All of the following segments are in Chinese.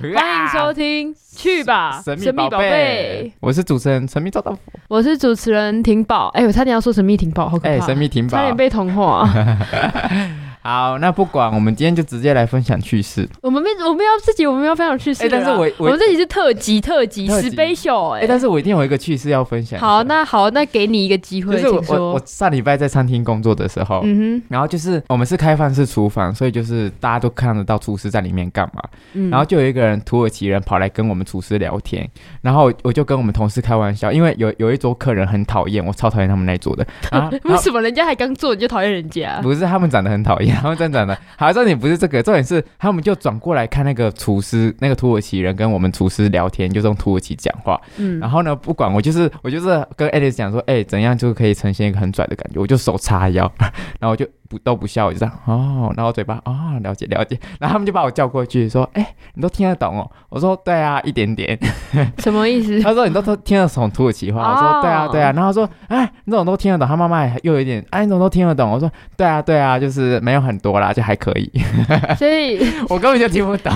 欢迎收听《去吧神秘神秘宝宝贝贝》，我是主持人神秘赵大夫，》，我是主持人婷宝。哎、我差点要说神秘婷宝，好可怕！哎、神秘婷差宝点，被同 化。好，那不管，我们今天就直接来分享趣事。我们没，我们要自己，我们要分享趣事哎的啦、但是我我们这集是特辑，特辑特辑 special 哎、哎、但是我一定有一个趣事要分享一下。好，那好，那给你一个机就会，是我请我说我。上礼拜在餐厅工作的时候。嗯然后就是我们是开放式厨房，所以就是大家都看得到厨师在里面干嘛。哼，嗯然后就有一个人土耳其人跑来跟我们厨师聊天，然后我就跟我们同事开玩笑，因为有有一桌客人很讨厌，我超讨厌他们那一桌 的。然后然为后什么人家还刚做你就讨厌人 家？不是他们长得很讨厌，他们真的长得好。重点不是这个，重点是他们就转过来看那个厨师，那个土耳其人跟我们厨师聊天，就是用土耳其讲话。嗯然，后呢，不管我就是我就是跟 Alice 讲说，哎、怎样就可以呈现一个很拽的感觉，我就手叉腰，然后我就不都不笑，我就这样哦，然后嘴巴啊、哦、了解了解，然后他们就把我叫过去说，哎、你都听得懂哦？我说对啊，一点点。什么意 思？他说你都都听得懂土耳其话，我哦说对啊对啊，然后他说哎你怎么都听得懂，他妈妈又有一点哎你怎么都听得懂，我说对啊对啊，就是没有很多啦，就还可以， 所以，我根本就听不 懂，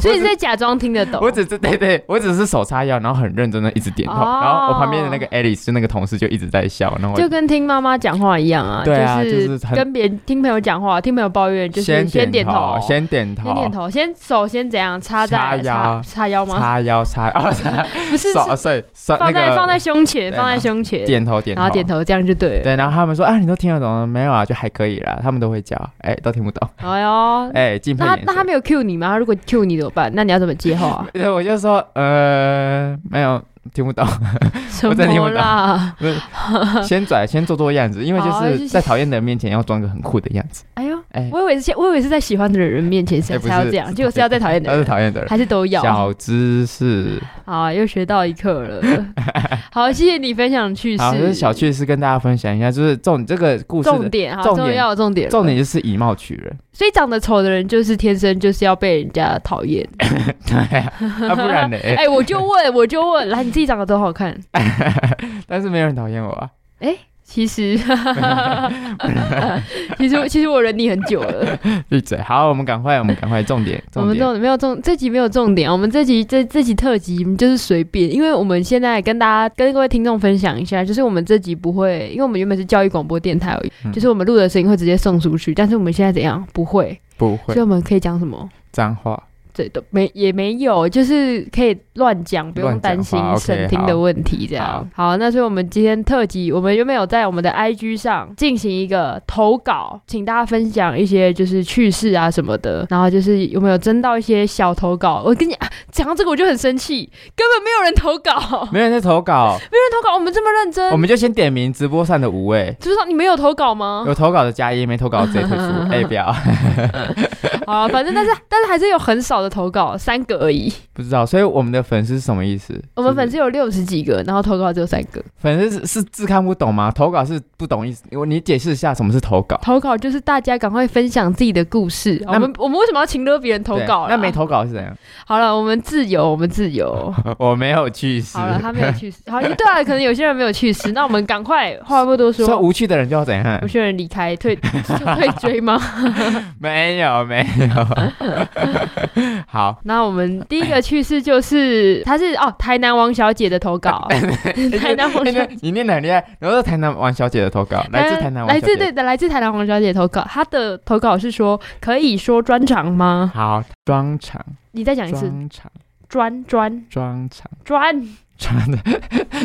所以你在假装听得懂。我只是对对，我只是手叉腰，然后很认真的一直点头，哦然后我旁边的那个 Alice 就那个同事就一直在笑，然后就我跟听妈妈讲话一样啊，对啊是就是很跟别人听朋友讲话，听朋友抱怨，就是先点头先点先头。点头，先手先怎样插在叉腰叉叉腰吗？叉腰叉啊，叉不是，是手手手那放在个放在胸前，对放在然后胸前，点头点然后点头，这样就对了。对，然后他们说啊，你都听得懂了没有啊？就还可以啦，他们都会教，哎，都听不懂，哎呦，哎，敬佩那他眼那神？他没有 Q 你吗？他如果 Q 你怎么办？那你要怎么接后啊 对，我就说呃没有听 不懂，什真听不么懂啦？不是先拽先做做样子，因为好就谢谢是在讨厌的人面前要装个很酷的样子。哎呦，哎，我以为是先我以为是在喜欢的人面前才哎不是才要这样，结果是要在讨厌的他是人，讨厌的人。还是都要？小知识，啊，又学到一课 了。好，谢谢你分享的趣事。好，这是小趣事，跟大家分享一下，就是重这个故事重的点，好，重终于点要有重点了，重点就是以貌取人， 所以长得丑的人就是天生就是要被人家讨厌。对啊，啊不然呢？ 哎、我就问，我就问，来，你自己长得多好看？但是没有人讨厌我啊，其实， 其实，其实我忍你很久了。闭嘴。好，我们赶快，我们赶快，重点，我重们点。重没有重，这集没有重点。我们这集这这集特辑就是随便，因为我们现在跟大家跟各位听众分享一下，就是我们这集不会，因为我们原本是教育广播电台而已，嗯就是我们录的声音会直接送出去，但是我们现在怎样不会，不所会以我们可以讲什么？脏话，对，都没也没有，就是可以乱讲，不用乱讲担心话，OK，审听的问题。这样好，那所以我们今天特辑，我们原本有在我们的 IG 上进行一个投稿，请大家分享一些就是趣事啊什么的，然后就是有没有征到一些小投稿？我跟你啊讲到这个我就很生气，根本没有人投稿，没 没有人在投稿，有人投稿，我们这么认真我，们就先点名直播上的五位，至少你们有投稿吗？有投稿的加一，没投稿直接退出。哎，不要，好啊，反正但是但是还是有很少的投稿，三个而已。不知道，所以我们的粉丝是什么意思？我们就是粉丝有六十几个，然后投稿只有三个。粉丝是是字看不懂吗？投稿是不懂意思，我你解释一下什么是投稿？投稿就是大家赶快分享自己的故事。那我们我们为什么要请勒别人投对稿啦啊那没投稿是怎样？好了，我们自由，我们 自由。我没有去世，好了，他没有去世。好，对啊，可能有些人没有去 世。那我们赶快话不多所以说，无趣的人就要怎样有？些人离 开退退追吗？没有没有。 好，那我们第一个去世就是他是哦台南王小姐的投 稿，台南王哎小那你念的很厉害，然后是台南王小姐的投稿，哎来自台南王呃来小姐。自对的，来自台南王小姐投稿，她的投稿是说可以说专长吗？好，专场你再讲一次，专场专专专场专。专的，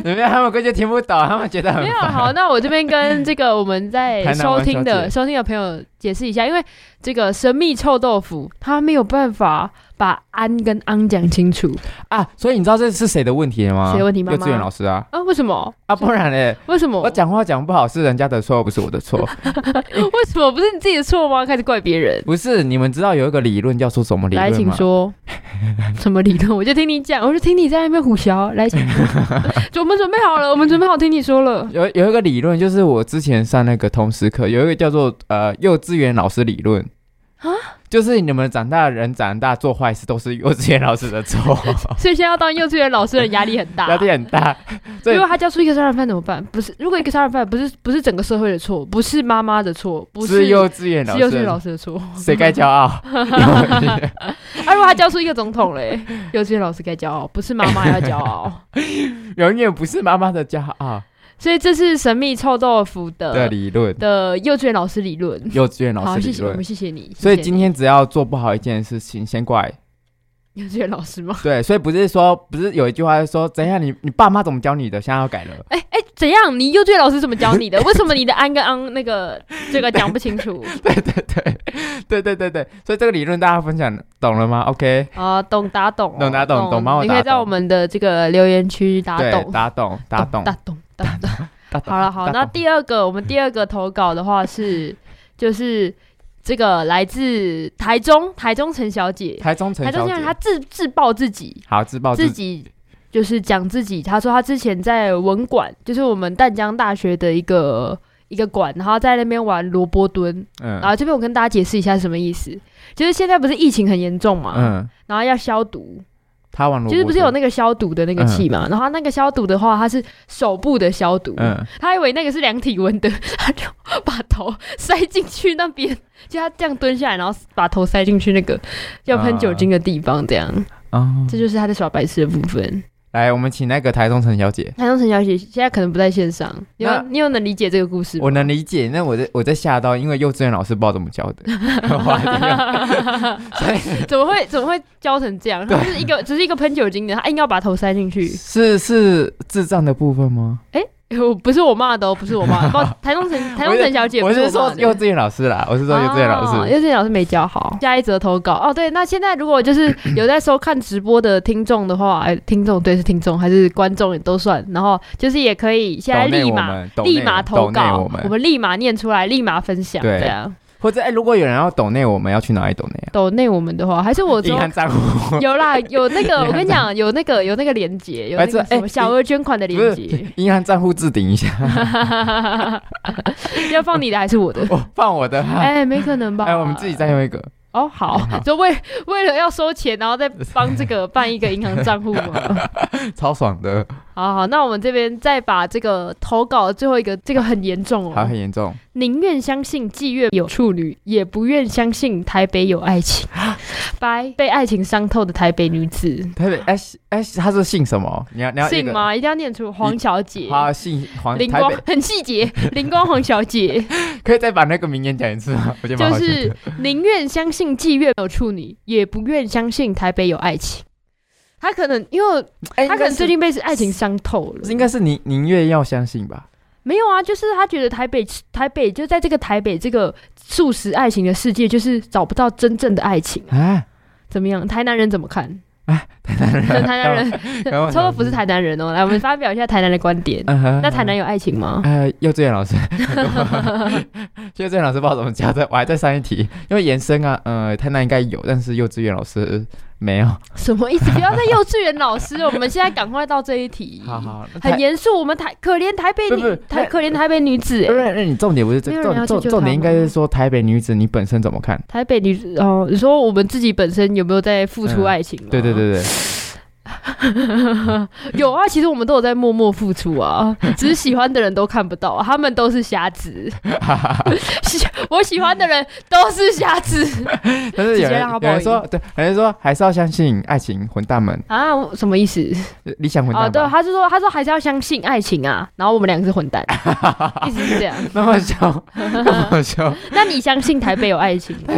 你们他们根本就听不懂，他们觉得很没有烦好，那我这边跟这个我们在 台南收王听小的姐收听的朋友解释一下，因为这个神秘臭豆腐他没有办法把安跟昂讲清楚啊。所以你知道这是谁的问题吗？谁的问题妈妈幼稚园老师啊 啊？为什么？啊，不然嘞，为什么？我讲话讲不好是人家的错，不是我的 错。为什么不是你自己的错吗？开始怪别人。不是，你们知道有一个理论叫做什么理来，论请吗？ 说什么理论？我就听你讲，我就听你在那边胡嚼。来，请 说。我们准备好了，我们准备好听你说 了。有有一个理论，就是我之前上那个通识课，有一个叫做呃幼稚园老师理论。啊就是你们长大的人长大做坏事都是幼稚园老师的 错，所以现在要当幼稚园老师的压力很 大。压力很大。啊对如果他教出一个杀人犯怎么办？不是，如果一个杀人犯不是不是整个社会的错，不是妈妈的错，不是是幼稚 园老是师幼稚园老的，师的错。谁该骄傲？ 啊，如果他教出一个总统嘞， 幼稚园老师该骄傲，不是妈妈要骄傲。 永远不是妈妈的骄傲所以这是神秘臭豆腐的的理论。的幼稚园老师理论。幼稚园老呃好，师谢理谢我论们，，谢谢你。所以谢谢今你天只要做不好一件事情，先怪幼稚园老师吗？对，所以不是说不是有一句话说，怎样你你爸妈怎么教你的，现在要改了。哎哎，怎样？你幼稚园老师怎么教你的？为什么你的安跟昂那个这个讲不清 楚 对对对对对对对，所以这个理论大家分享懂了吗？OK，啊？懂打懂哦，懂打懂懂帮我你打可以在懂我们的这个留言区打对，懂，打懂打懂打懂，打懂。 打懂。好了，好，打那懂第二个，我们第二个投稿 的话是，就是这个来自台中台中陈小姐，台中陈台中小陈小姐姐，她自自曝自己，好自暴自自己就是讲自己，她说她之前在文馆，就是我们淡江大学的一个。一个馆，然后在那边玩萝卜蹲，嗯然后这边我跟大家解释一下是什么意思，就是现在不是疫情很严重嘛，嗯，然后要消毒，他玩萝卜就是不是有蹲那个消毒的那个器嘛，然后它那个消毒的话，它是手部的消毒，嗯他以为那个是量体温的，他就把头塞进去那边，就他这样蹲下来，然后把头塞进去那个要喷酒精的地方，这样，哦，这就是他在耍白痴的部分。来，我们请那个台中陈小姐。台中陈小姐现在可能不在线上，你那有你有能理解这个故事吗？我能理解，那我在我在吓到，因为幼稚园老师不知道怎么教 的，哇这样 啊所以 怎么会怎么会教成这样？他是一个只是一个喷酒精的，他硬要把头塞进去。是是智障的部分吗？我不是我骂的哦，不是我骂 的，不台中陈台中陈小姐不我是我骂说的幼稚园老师啦，我是说幼稚园老哦师，幼稚园老师没教好。下一则投稿哦，对，那现在如果就是有在收看直播的听众的话，哎，听众对是听众还是观众也都算，然后就是也可以现在抖内立我马们，抖内立马投抖内稿，我们立马念出来，立马分享，对对啊，或者哎、如果有人要抖内，我们要去哪里抖内啊？抖内我们的话，还是我之银后行账 户有啦，有那个你看我跟你讲，有那个有那个连接，有那哎个这什么哎小额捐款的不连接是，银行账户置顶一下， 要放你的还 是我的？我放我的哈。啊 哎、哎，没可能吧？我们自己再用一个，哦，好，嗯好 就为为了要收钱，然后再帮这个办一个银行账 户嘛。超爽的，好好，那我们这边再把这个投稿的最后一个，这个很严重还哦很。严重。宁愿相信妓院有处女，也不愿相信台北有 爱情。拜，被爱情伤透的台北女子，台北哎哎，他是姓什么？你要你要一姓个？吗？一定要念出黄小姐。他姓黄，灵台光北 很 细节，灵光黄小姐可以再把那个名言讲一次吗？我觉得蛮就好笑的是宁愿相信妓院有处女，也不愿相信台北有爱情。她可能因为哎，他可能最应近被爱情伤透该了是。应该是宁宁愿要相信吧。没有啊，就是他觉得台北台北就在这个台北这个素食爱情的世界，就是找不到真正的爱情啊。 啊，怎么样？台南人怎 么看？台 南人，台南人，然后臭豆腐是台南 人哦。来，我们发表一下台南的观点。嗯哼那台南有爱情 吗？呃，幼稚园老师，幼稚园老师不知道怎么教的，我还在上一题，因为延伸啊，呃，台南应该有，但是幼稚园老师没有。什么意思？不要再幼稚园老师，我们现在赶快到这一题。 好好，那很台，严肃。我们台可怜台北不女不台那可怜台北女子不欸，是，那你重点不是这没有人要重重救重她点应该是吗说台北女子你本身怎么看？台北女子哦，你说我们自己本身有没有在付出嗯爱情？对对。对对， 有啊，其实我们都有在默默付出 啊，只是喜欢的人都看不到、啊，他们都是瞎子。喜我喜欢的人都是瞎子但是有直接人让她有报人应说，对，有人说还是要相信爱情混蛋们，啊，我什么意思？呃理想混哦，蛋对，吧。他是说，他说还是要相信爱情啊，然后我们两个是混 蛋，意思是这样。那么凶，那么凶，那你相信台北有爱情吗？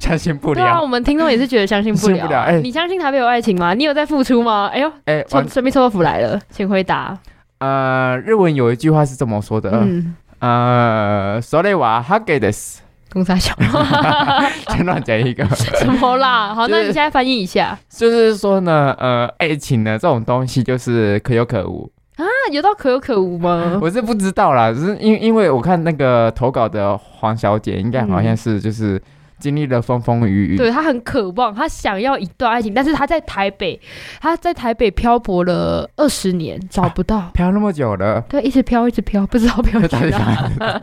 相信 不对啊，了我。们听众也是觉得相信不了信啊。不了哎你相信台北有爱情吗？你有在付出吗？哎呦，哎，臭完神秘臭豆腐来了，请回答。呃，日文有一句话是这么说的，嗯，呃，それはハゲです。公差小先乱讲一个。什么啦？好，就那是你现在翻译一下啊就是说呢，呃，爱情呢这种东西就是可有可无，啊，有到可有可无吗？我是不知道啦，只是因因为我看那个投稿的黄小姐，应该好像是就是经历了风风雨雨，对他很渴望，他想要一段爱情，但是他在台北，他在台北漂泊了二十年，找不到。漂那么久了， 对，一直飘，一直飘，不知道飘就打去电哪。话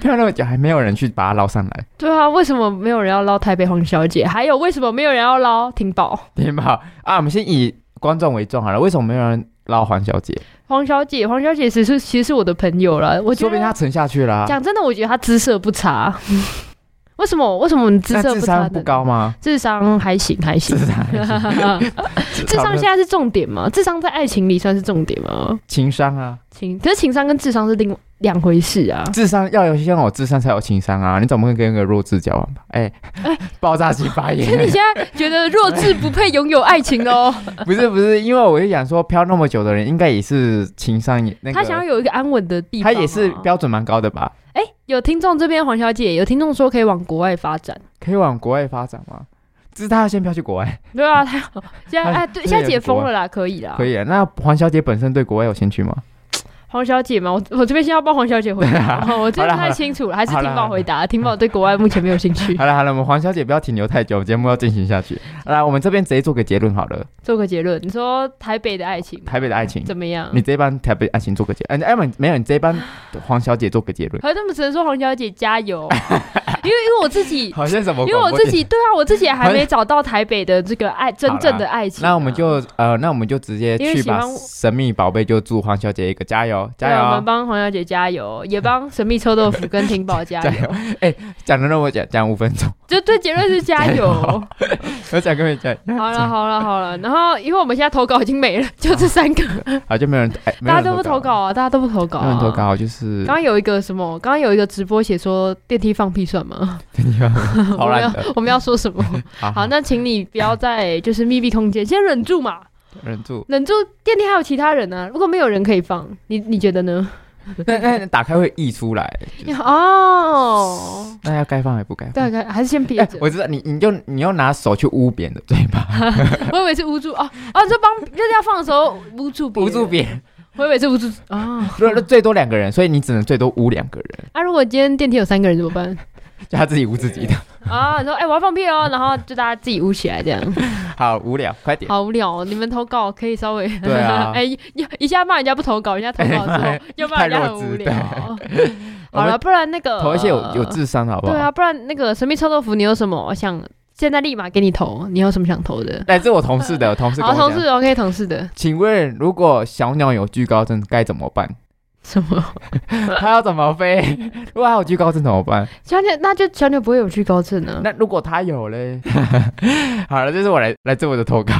漂那么久还没有人去把它捞上来，对啊，为什么没有人要捞台北黄小姐？还有为什么没有人要捞婷宝？对吧？啊，我们先以观众为重好了，为什么没有人捞黄小姐？黄小姐，黄小姐其实其实是我的朋友了，我觉说得不定她沉下去了啊、讲真的，我觉得她姿色不差。 为什么？为什么你姿那色智差商呢不？高吗？智商还行，还行智。商 智商现在是重点吗？智商在爱情里算是重点吗？情商啊，情， 可是情商跟智商是另两回事啊。智商要有先有智商才有情商啊！你怎么会跟一个弱智交往吧？哎、 爆炸性发可 是你言，现在觉得弱智不配拥有爱情哦喽？ 不是不是，因为我就想说，漂那么久的人应该也是情商 也那个，他想要啊有一个安稳的地他方，也是标准蛮高的吧？哎、有听众这边黄小姐，有听众说可以往国外发展。可以往国外发展吗？只是他要先不要去国外，对啊，她现在哎，对，她现在也解是国封外了啦，可以啦。可以啊。那黄小姐本身对国外有兴趣吗？黄小姐嘛，我我这边先要帮黄小姐回对答，啊哦我真的好啦太清楚了，还是好啦婷宝好啦回答。婷宝对国外目前没有兴 趣，好了好了，我们黄小姐不要停留太久，节目要进行下去。好来，我们这边直接做个结论好了。做个结论，你说台北的爱情台北的爱情，怎么样？你这帮台北爱情做个结，哎、哎，没有，你这帮黄小姐做个结论。可是他们只能说黄小姐 加油，因为因为我自己，好像什么？ 因为我自己对啊，我自己还没找到台北的这个爱真正的爱情啊。那我们就呃，那我们就直接因为去喜把欢神秘宝贝就祝黄小姐一个加油对加啊，我油们帮黄小姐加油，也帮神秘臭豆腐跟婷宝加 加油。油！哎、讲了让我讲讲五分钟， 就对结论是加油。油我讲跟你讲，好了好了好了，然后因为我们现在投稿已经没了，就这三个，好就没有人哎， 没有大家人都不投稿，啊，大家都不投稿、没有人投。稿就是 刚刚有一个什么？刚刚有一个直播写说电梯放屁算吗？ 好呃我们烂要的。我们要说 什么？好，那请你不要再就是密闭空间，先忍住嘛，忍住。忍住。电梯还有其他人啊呢、如果没有人可以放，你你觉得呢？那那打开会溢出来，就是 哦，那要该放还不该放？大概还是先憋哎着。我知道你，你就你要拿手去捂别人的嘴巴，我以为是捂住哦哦，这帮就是要放的时候捂住别捂人住别人。我以为是捂住啊。如果最多两个人，所以你只能最多捂两个人，啊，如果今天电梯有三个人怎么办？就他自己捂自己的。 啊，你说哎、我要放屁 哦，然后就大家自己捂起来这样， 好无聊，快点。 好无聊、哦。你们投稿可以稍微对啊 哎、一一下骂人家不投稿，人家投稿之后哎，要 不然人家很太弱无智聊。 好我了，们不然那个投一些有有智商的好不好？ 对啊，不然那个神秘臭豆腐，你有什么想？现在立马给你投，你有什么想投的？来自哎我同事的同事跟好，我同讲，事 OK，同事的请问如果小鸟有惧高症该怎么办？什么？它要怎么 飞？如果它有惧高症怎么办？小鸟那就小鸟不会有惧高症呢、那如果它有嘞？ 好了，这是我来来自我的投 稿。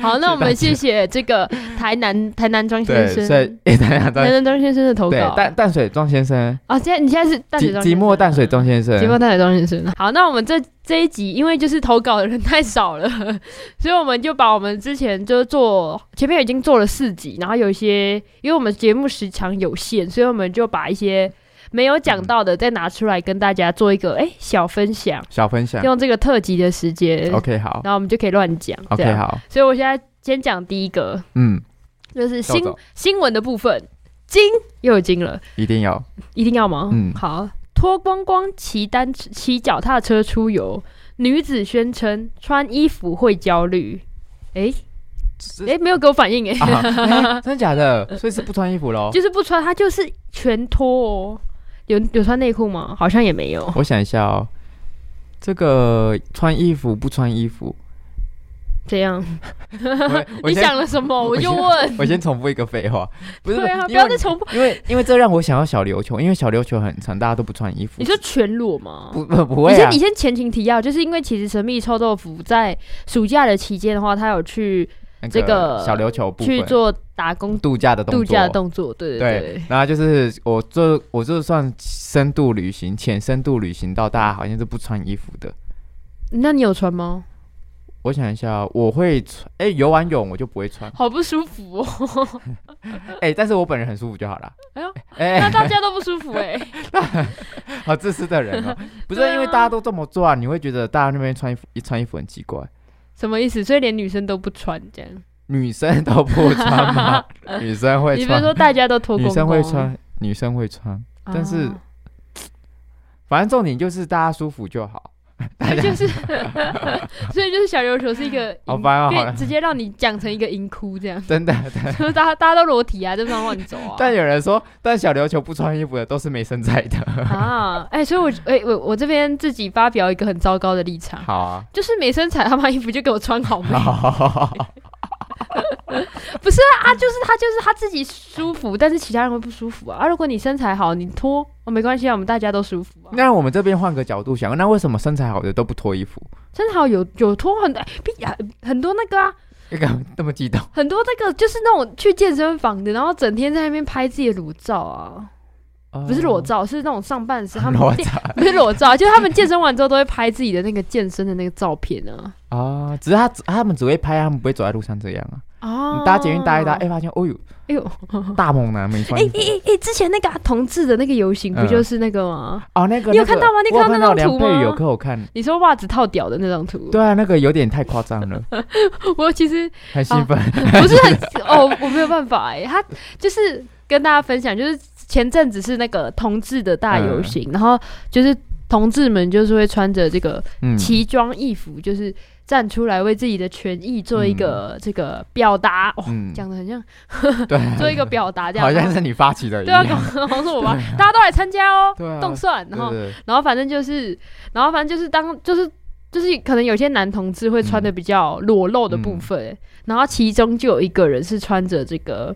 好，那我们谢谢这个台南台南庄先对，生，所以 哎等一下，台等一下南庄先生的投对稿。淡淡水庄先生，啊，现在你现在是淡水寂庄先寂生寞淡水庄先生，寂寞淡水庄先生。好，那我们这这一集因为就是投稿的人太少了， 所以我们就把我们之前就做前面已经做了四集，然后有一些因为我们节目时长有限，所以我们就把一些没有讲到的再拿出来跟大家做一个哎、小分享，小分享。用这个特辑的时间， OK，好然后我们就可以乱讲。这，OK，样好，所以我现在先讲第一个，嗯，就是豆新豆新闻的部分，金又有金了。一定 要一定要吗？嗯好，脱光光骑单车骑脚踏车出游，女子宣称穿衣服会焦虑。诶诶，没有给我反应诶，啊，哎真的假的？所以是不穿衣服喽？ 就是不穿，她就是全脱哦。有有穿内裤吗？好像也没有。我想一下哦，这个穿衣服不穿衣服，这样， 我我你先想了什么？我我就先 问。我先重复一个废话，不是对啊，不因为要再重复。 因为因为这让我想到小琉球，因为小琉球很长，大家都不穿衣服。你说全裸吗？不不不你会先啊你？先前情提要，就是因为其实神秘臭豆腐在暑假的期间的话，他有去那这个小琉球部分去做打工度假的动度作，假的动作，对对对，然后就是我这我就算深度旅行，浅深度旅行到大家好像是不穿衣服的。那你有穿吗？我想一下哦，我会穿，哎、游完泳我就不会穿， 好不舒服哦，哎、但是我本人很舒服就好了。哎呦 哎、那大家都不舒服哎、好自私的 人哦，不是对啊因为大家都这么做啊，你会觉得大家那边穿衣服一穿衣服很奇怪， 什么意思？所以连女生都不穿这样？女生都不穿 吗？女生会你不是穿，说大家都脱光女光？生会穿，女生会穿，啊，但是反正重点就是大家舒服就好。大所以家就是， 所以就是小琉球是一个好淫烦啊好变烦，直接让你讲成一个淫窟这样 真的，对就是大家大家都裸体啊，在路上乱走 啊。但有人说，但小琉球不穿衣服的都是没身材 的。啊，哎、所以我哎、我我这边自己发表一个很糟糕的立场，好啊，就是没身材，他妈衣服就给我穿好没？好，啊不是啊，啊就是他就是他自己舒服，但是其他人会不舒服啊。啊，如果你身材好，你脱哦没关系啊，我们大家都舒服啊。 那我们这边换个角度想，那为什么身材好的都不脱衣服？身材好有有脱很哎屁啊，很多那个啊，你干嘛那么激动？很多这个就是那种去健身房的，然后整天在那边拍自己的裸照啊，不是裸照，是那种上半身，他们裸健照 不是裸照，就是他们健身完之后都会拍自己的那个健身的那个照片啊。啊，只是他只他们只会拍，他们不会走在路上这样啊。哦，你搭捷运搭一搭，哎、，发现哦呦，哎呦，大猛男没哎穿衣哎服、哎哎，之前那个、啊、同志的那个游行不嗯就是那个吗？哦，那个你有那个看到吗你我有看看到到那张梁图佩吗瑜有给我看，你说袜子套屌的那张图，对啊，那个有点太夸张 了，我其实很兴奋。不 是很哦，我没有办法哎、他就是跟大家分享，就是前阵子是那个同志的大游行，然后就是同志们就是会穿着这个嗯，奇装异服，就是站出来为自己的权益做一个这个表达。哦嗯讲的很像对，做一个表达这样，好像是你发起的一对啊，样。好像是我吧，大家都来参加哦， 对啊，动算，然后对对对然后反正就是，然后反正就是当就是就是可能有些男同志会嗯穿的比较裸露的部分欸、然后其中就有一个人是穿着这个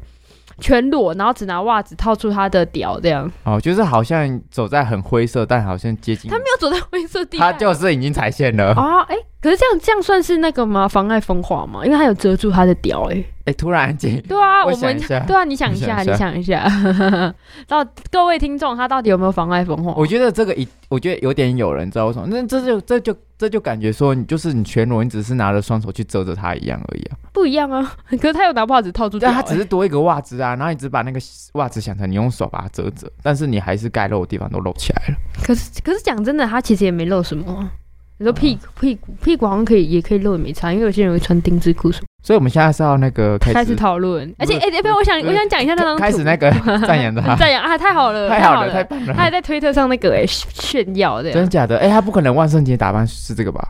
全裸，然后只拿袜子套住他的屌，这样哦，就是好像走在很灰色，但好像接近他没有走在灰色地带。他就是已经踩线了。 哎、啊，哎、可是这样这样算是那个吗？妨碍风化吗？因为他有遮住他的屌、欸，哎突然安静，对啊，嗯我我想们一下 对啊，你想一我下，想你一想一下， 到各位听众，他到底有没有妨碍风化？我觉得这个一，我觉得有点有人知道为什么？那这就这就这就感觉说，你就是你全裸，你只是拿着双手去遮着它一样而已啊。不一样啊， 可是他有拿袜子套住屌、但欸，它只是多一个袜子啊，然后你只把那个袜子想成你用手把它遮着，但是你还是该露的地方都露起来了。可是可是讲真的，他其实也没露什么啊。你哦说屁股、屁股屁股好像可以，也可以露也没差，因为有些人会穿丁字裤什么。所以我们现在是要那个开始开始讨论，而且哎，要不要？我想不是我想讲一下那张图。开始那个赞扬 他，赞扬啊，太好 了，太好好了，太棒他还了。在推特上那个哎炫耀的，真的假的？哎、他不可能万圣节打扮是这个 吧？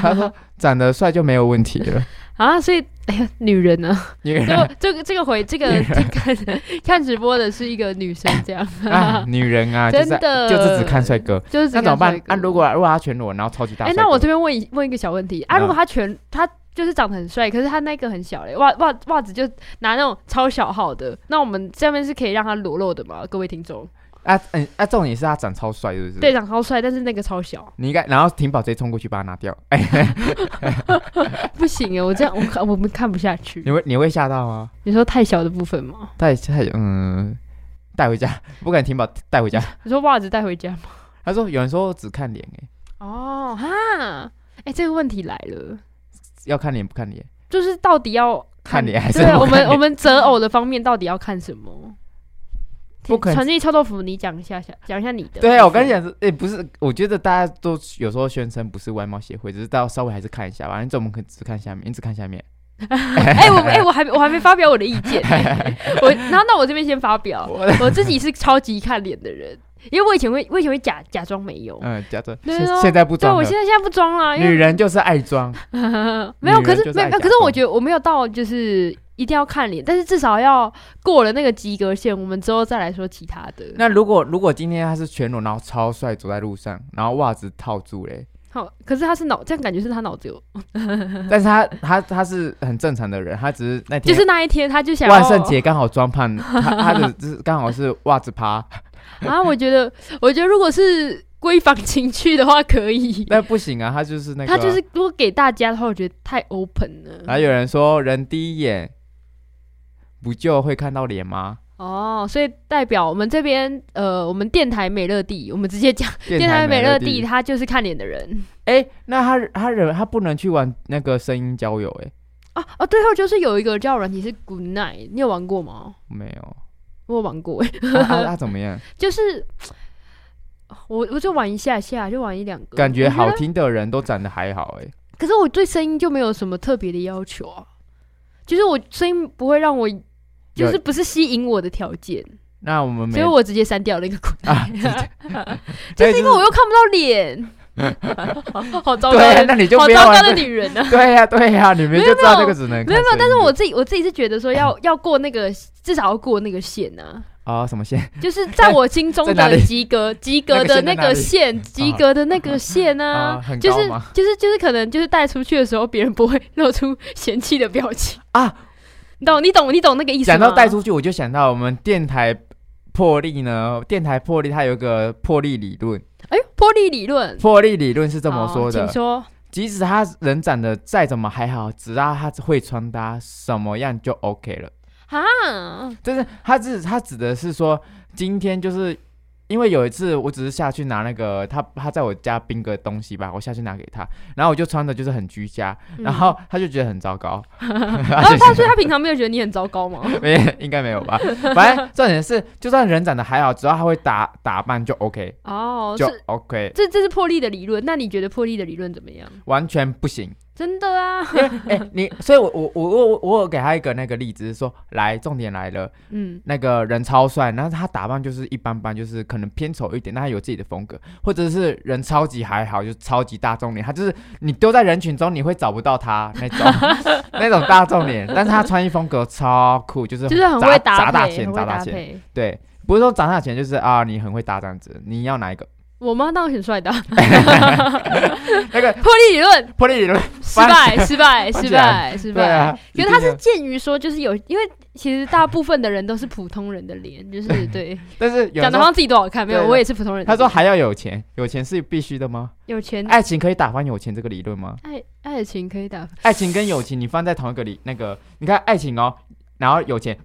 他说长得帅就没有问题 了。啊啊，所以哎呀，女人呢？ 因为就这个这个回这个这个看直播的是一个女生，这样啊，女人 啊，就是真的就是只看帅哥。就是那怎么办？啊，啊，如果如果他全裸，然后超级大哎帅，哥，那我这边问一问一个小问题啊，嗯如果他全他就是长得很帅，可是他那个很小嘞，袜袜袜子就拿那种超小号的，那我们这边是可以让他裸露的吗？各位听众，啊嗯啊，重点是他长超帅，是不是？对，，长超帅，但是那个超小， 你应该，然后婷宝直接冲过去把他拿掉。哎，不行哎，我这样我看我们看不下去你。会你会吓到吗？你说太小的部分吗？带带嗯，带回家， 不敢婷宝带回家。你说袜子带回家吗？他说有人说只看脸，哎， 哦哈，哎，这个问题来了，要看脸不看脸，就是到底要看脸还是对啊，不我看们脸我们择偶的方面到底要看什么？不可能传递臭豆腐，你讲一下，讲讲一下你的部分。对啊，我跟你讲是，哎、不是，我觉得大家都有时候宣称不是外貌协会，只是到稍微还是看一下吧。你怎么可能只看下面？你只看下面？哎、我哎、我还没我还没发表我的意 见、我然后那我这边先发表，我我自己是超级看脸的人，因为我以前会我以前会假假装没有，嗯，假装哦对现啊现在不对装我了现。在现在不装啊了，因女为嗯人就是爱装，没有，可女人就是是没有，爱假可是我觉得我没有到就是一定要看脸，但是至少要过了那个及格线，我们之后再来说其他的。那如果如果今天他是全裸，然后超帅走在路上，然后袜子套住嘞， 好，可是他是脑这样感觉是他脑子有，但是他他他是很正常的人，他只是那就天是哦那一天他就想要万圣节刚好装 胖，他他的就是刚好是袜子趴，啊，我觉得我觉得如果是闺房情趣的话可以，那不行啊，他就是那个，他就是如果给大家的话，我觉得太 open 了。然后有人说人第一眼不就会看到脸吗？哦，所以代表我们这边，呃，我们电台美乐蒂，我们直接讲电台美乐乐蒂，，他就是看脸的人哎、那他他人他不能去玩那个声音交友、哎，啊哦，最后就是有一个叫软体是 Good Night，你有玩过吗？没有，我有玩过， 他他他怎么样？就是我我就玩一下下，就玩一两个，感觉我好得。听的人都长得还好、哎，可是我对声音就没有什么特别的要求啊，就是我声音不会让我，就有是不是吸引我的条件。那我们没所以我直接删掉那个滚啊 蛋，就是因为我又看不到脸， 好糟糕对啊，那的，你就好不糟要糕玩的这女人呢、啊 对呀、对呀、你们没有就知道没有这个只能没有没有，看但是声音我自己我自己是觉得 说要要过那个，至少要过那个线呐、啊，啊什么线就是在我心中在哪的里 及格及格的那那个个线线，及格的那个线啊 啊，很就高是吗？就是就是可能就是带出去的时候，别人不会露出嫌弃的表情啊， 你懂你懂你懂那个意思吗？讲到带出去，我就想到我们电台破例呢，电台破例它有一个破例理论，哎，玻璃理论破例理论是这么好说的哦请：说即使他人长得再怎么还好，只要他会穿搭，什么样就 OK 了。啊，但是他指他指的是说，今天就是因为有一次，我只是下去拿那个他他在我家冰个东西吧，我下去拿给他，然后我就穿的就是很居家，嗯然后啊他就觉得很糟 糕，然后他所以他平常没有觉得你很 糟糕吗？没应该没有吧？反正重点是，就算人长得还好，只要他会打打扮就 OK，哦，就是 OK，这这是破例的理论，那你觉得破例的理论怎么样？完全不行。真的啊，因为哎、你所以我，我我我我我有给他一个那个例子，是说来重点来了，嗯，那个人超帅，然后他打扮就是一般般，就是可能偏丑一点，但他有自己的风格，或者是人超级还好，就是超级大众脸，他就是你丢在人群中你会找不到他那 种那种大众脸，但是他穿衣风格超酷，就是就是很砸会砸搭大配，钱很砸会大搭钱，配。对，不是说砸大钱，就是啊你很会搭这样子，你要哪一个？我妈当然很帅的 啊， 那个破例 理论破例理论，失败，失败，翻失起来败，失对败。啊，可是他一定是的，鉴于说，就是有，因为其实大部分的人都是普通人的脸，就是 对，但是有讲人说的好像自己多好看，没有，对我也是普通人的他脸。说还要有钱，有钱是必须的吗？有钱，爱情可以打翻有钱这个理论吗？爱爱情可以打爱情跟友情你放在同一个理那个，你看爱情哦，然后有 钱，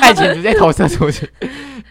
爱情直接投射出去。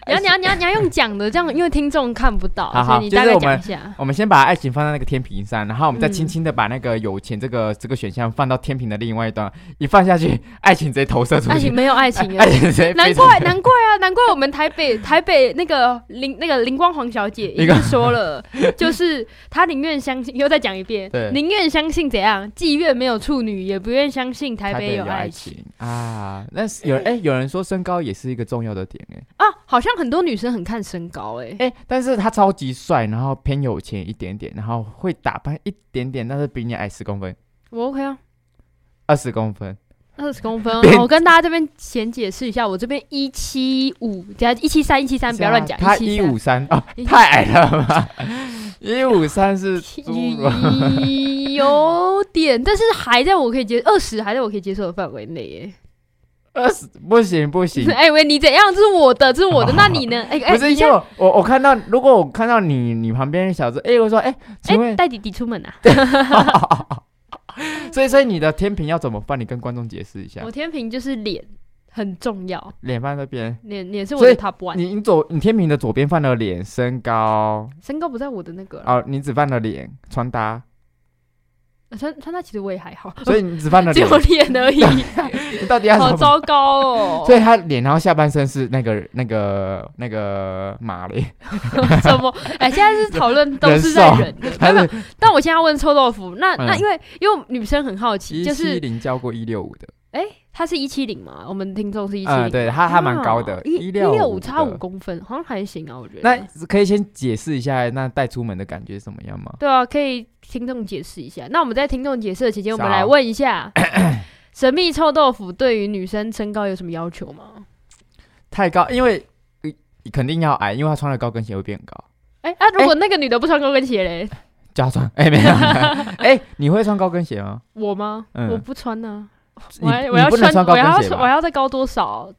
你要你要你要你要用讲的，这样因为听众看不到，好好所以你大就是概我们讲一下。我们先把爱情放在那个天平上，然后我们再嗯轻轻的把那个有钱这个、这个选项放到天平的另外一端，一放下去，爱情直接投射出爱情去，没有 爱情啊爱，情直接难飞出去怪难怪啊，难怪我们台 北台北那个林那个林光黄小姐已林光经说了， 就是她宁愿相信，又再讲一遍对，宁愿相信怎样，妓院没有处女，也不愿相信台台北北有有爱爱情情啊。那是有人哎、有人说身高也是一个重要的点哎、啊。好像很多女生很看身高哎、哎、但是他超级帅，然后偏有钱一点点，然后会打扮一点点，但是比你矮十公分、我 OK 啊。二十公分。二十公分哦变，我跟大家这边先解释一下，我这边一七五加一七三一七啊三，不要乱讲。啊他173一五三 哦，太矮了吧？一五三是侏儒。有点，但是还在我可以接二十，20还在我可以接受的范围内欸耶。二十不行不行，哎、喂，你怎样？这是我的，这是我的，那你呢？哎、 哎，哦不是你因先为我我我看到，如果我看到你你旁边小子，哎、我说哎、请哎问，带、弟弟出门啊？所以所以你的天平要怎么放？你跟观众解释一下我，天平就是脸很重要，脸放这边。脸脸是我所以的 top one，你你左你天平的左边放了脸身高身高不在我的那个啦。哦，你只放了脸穿 搭，呃穿穿搭其实我也还好，所以你只 放了只脸有，脸而已， 你到底要好什么？糟糕哦！所以他脸，然后下半身是那个那个那个马嘞，啊怎么？哎、现在是讨论都是在人的，没他有没有是但我现在要问臭豆腐，那那嗯因为因为女生很好奇，一就是七零教过一六五的，哎、他是一七零嘛？我们听众是一七嗯，零，啊对，他还蛮高的，一六六五差五。公分，好像还行啊，我觉得。那可以先解释一下，那带出门的感觉是怎么样吗？对啊，可以听众解释一下。那我们在听众解释的期间，我们啥来问一 下，神秘臭豆腐对于女生身高有什么要求吗？太高，因为呃肯定要矮，因为他穿了高跟鞋会变高。哎、啊，如果那个女的不穿高跟鞋嘞，加穿，哎、没有，哎、你会穿高跟鞋吗？我吗？嗯我不穿呢、你我还我你要不能穿高我要跟鞋穿我吧？要再高多少？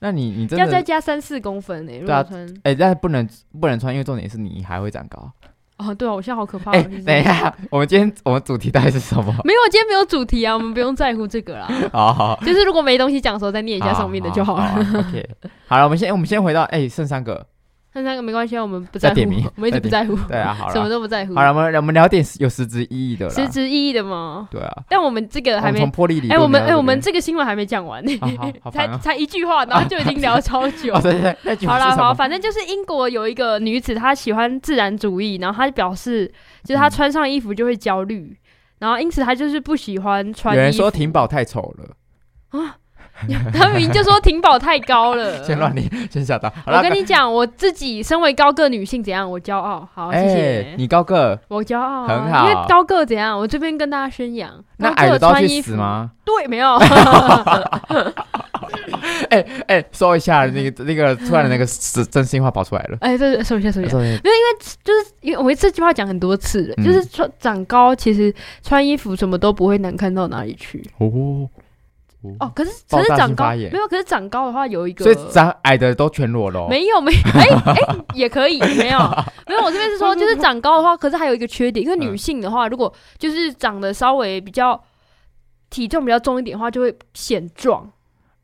那你你真要的再加三四公分呢、如对啊果穿哎、但是不能不能穿，因为重点是你还会长高。哦，对啊，我现在好可怕、哦。哎、就是等一下，我们今天我们主题到底是什么？没有，今天没有主题啊，我们不用在乎这个 啦。好好，就是如果没东西讲的时候，再念一下上面的就好了。啊。啊 OK，好了，我们先我们先回到哎、剩三个， 那三个没关系啊，我们不再在乎点名，我们一直再不在乎，对啊，好什么了，都不在乎好，了，我们我们聊点有实质意义的啦。实质意义的嘛。对啊，但我们这个我还们没从，玻璃里哎，我们哎，我们这个新闻还没讲完呢好 好 好，才烦啊才一句话，然后就已经聊超 久哦，。 对对，对那句好是啦，什好，么？反正就是英国有一个女子，她喜欢自然主义，然后她表示，就是她嗯穿上衣服就会焦虑，然后因此她就是不喜欢穿有人衣服说婷宝太丑了， 他明明就说停保太高 了。先 乱你，先吓到。好呃我了，跟你讲，我自己身为高个女性怎样，我骄傲。好，谢哎，谢。你高个，我骄傲啊，很好因为高个怎样？我这边跟大家宣扬，那高矮个的都要穿去衣死服？吗？ 对，没有，哎、说一下那个那个突然那个是真心话跑出来了。哎，这说一下，说一下，所以就是因为我这句话讲很多次了，嗯就是说长高其实穿衣服什么都不会难看到哪里去。哦，哦，可是爆可炸性是长高发炎没有，可是长高的话有一个，所以长矮的都全裸哦喽。没有没哎哎、也可以没 有没有，我这边是说就是长高的话，可是还有一个缺点，因为嗯女性的话，如果就是长得稍微比较体重比较重一点的话，就会显壮，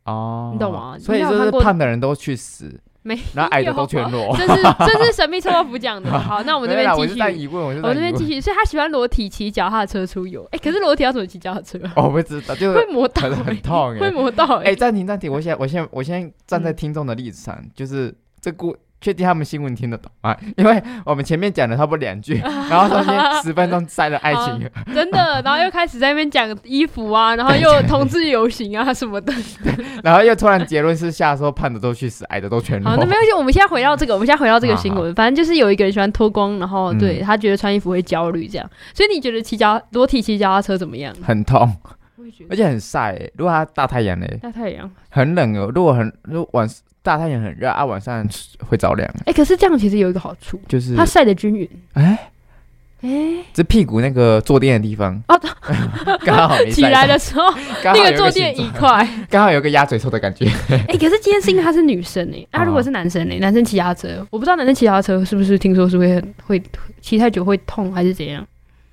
哦，你懂吗所以你有就看是过胖的人都去死，没啊然后矮的都 全 裸。这是这是神秘臭豆腐讲的。好，那我我们这边啦，我继是在续。疑问，我是我在这边疑继问。续，所以他喜欢裸体骑脚踏车出游。哎、可是裸体要怎么骑脚踏车啊？哦我不知道，就 会是磨 到、很欸，很痛哎、会磨到、欸。哎、暂停暂停，我现在我现在我现在站嗯在听众的立场，就是这故确定他们新闻听得懂啊？ 因为我们前面讲了差不多两 句，然后中间十分钟塞了爱情，欸真的，然后又开始在那边讲衣服啊，然后又同志游行啊 什么的。 然后又突然结论是下说胖的都去死，矮的都全裸。好，那没关系，我们现在回到这个，我们现在回到这个好新闻。反正就是有一个人喜欢脱光，然后嗯对他觉得穿衣服会焦虑这样。所以你觉得骑脚裸体骑脚踏车怎么样？很痛，我也觉而。且很晒、欸。如果它大太阳嘞、大太阳，很冷哦。如果很如果晚大太阳很热啊，晚上会着凉，哎、可是这样其实有一个好处，就是它晒得均匀。哎，哎、这屁股那个坐垫的地方哦， 刚好没起晒来到，的 时候，刚好那有个一坐形垫状一块。 刚好有个鸭嘴兽的感觉。哎、可是今天是因为她是女生哎、那、啊如果是男生呢、男生骑脚踏车，我不知道男生骑脚踏车是不是听说是会很会骑太久会痛还是怎样？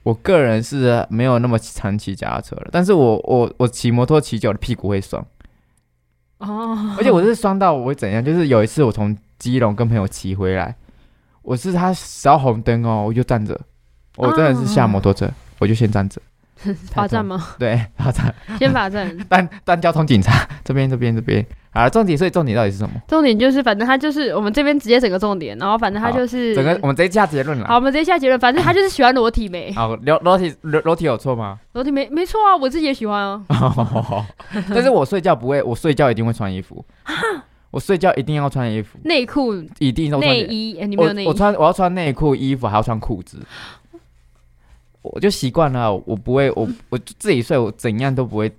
我个人是没有那么常骑脚踏车了，但是我我我骑摩托骑久了屁股会酸，哦， 而且我是酸到我会怎样？就是有一次我从基隆跟朋友骑回来，我是他烧红灯哦，我就站着，哦我真的是下摩托车，我就先站 着，罚站吗？对， 然后站先罚站。当当交通警察， 这边这边这边。啊，重点，所以重点到底是什么？ 重点就是，反正他就是我们这边直接整个重点，然后反正他就是整个我们直接下结论了。好，我们直接下结论，反正他就是喜欢裸体美，好，裸裸体裸裸体有错 吗？裸体美没错啊，我自己也喜欢啊。但是我睡觉不会，我睡觉一定会穿衣服。我睡觉一定要穿衣服，内裤、一定都穿内衣服。衣，哎、你没有内我衣我，穿我要穿内裤、衣服，还要穿裤子。我就习惯了，我不会，我我自己睡，我怎样都不会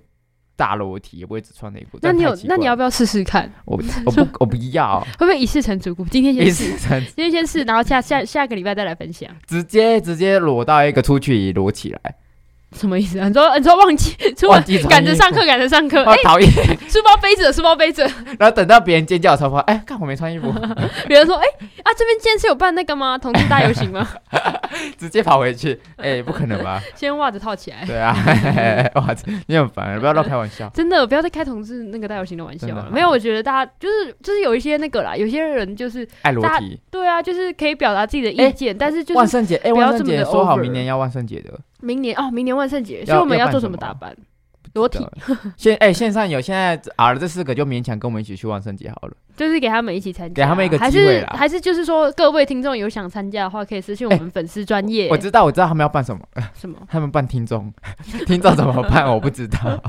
大裸体，也不会只穿内裤。那这你样有太，奇那你怪要了不要试试看？ 我我不我不要，会不会一试成主顾？今天一先试，直穿今天先试，然后下下下个礼拜再来分享。直接直接裸到一个出去裸起来。什么意思啊？你说你说忘记出忘门记穿赶衣着服上课，赶着上课，啊哎、讨厌！ 书包背着，书包背着， 然后等到别人尖叫的时候，发现哎，看我没穿衣服，别人说，哎、啊，这边今天是有办那个吗？同志大游行吗？ 直接跑回去，哎，不可能吧？先袜子套起来。对啊， 哇，你很烦，不要乱开玩笑。真的不要再开同志那个大游行的玩笑真的啊了好。没有，我觉得大家就是就是有一些那个啦，有些人就是爱裸体，对啊，就是可以表达自己的意见，但是就万是圣节，哎，不要万圣这节么的说好 over 明年要万圣节的，明年哦，明年万圣节，要所以我们要要办做什什么么打扮？裸体知道。现哎线上有现在啊这四个就勉强跟我们一起去万圣节好了。就是给他们一起参加，给他们一个还机会是啦还是就是说，各位听众有想参加的话，可以私信我们粉丝专业我知道我知道他们要办什么，什么。他们办听众， 听众怎么办我不知道。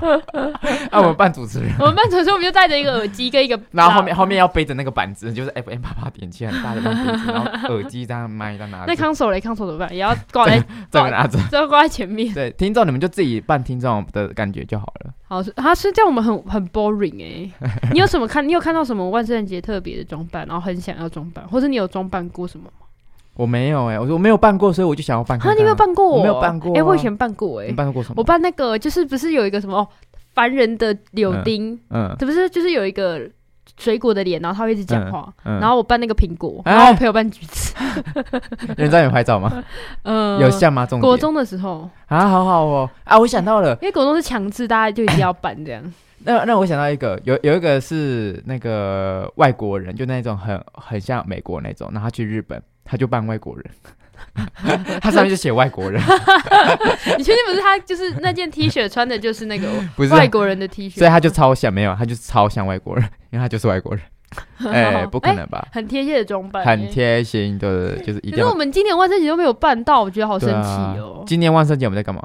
啊，我们办主持人，我们班主任我们就戴着一个耳机跟一个， 然后后面后面要背着那个板子，就是 FM 八八点七很大的那个板子，然后耳机这样麦这样拿 那着，康手嘞，康手怎么办？也要 挂在这个拿着。都要挂在前面。对，听众你们就自己办听众的感觉就好了。好，他是这样，我们很 很 boring 哎、你有什么看？你有看到什么万圣节特别的装扮，然后很想要装扮，或者你有装扮过什么？我没有哎、我说我没有办过，所以我就想要办看啊，看。你没有办过、哦？我没有办过啊哎、我以前办过哎、你办过什么？我办那个就是不是有一个什么哦，凡人的柳丁，嗯这不是就是有一个水果的脸，然后他会一直讲话。嗯，然后我扮那个苹果，哎然后我朋友扮橘 子。有人在你拍照吗？嗯，有像吗？重点国中的时候，啊，好好哦啊，我想到了，因为国中是强制，大家就一定要扮 这样。那那我想到一个，有有一个是那个外国人，就那种很很像美国那种，然后他去日本，他就扮外国人， 他上面就写外国 人，你确定不是他？就是那件 T 恤穿的就是那个不是，啊外国人的 T 恤，所以 他就超像，没有，他就超像外国人， 因为他就是外国人，哎、不可能吧？很贴切的装扮、很哎贴心，对对对，就是一定可是要我们今年万圣节都没有办到，我觉得好生对气啊哦。今年万圣节我们在干嘛？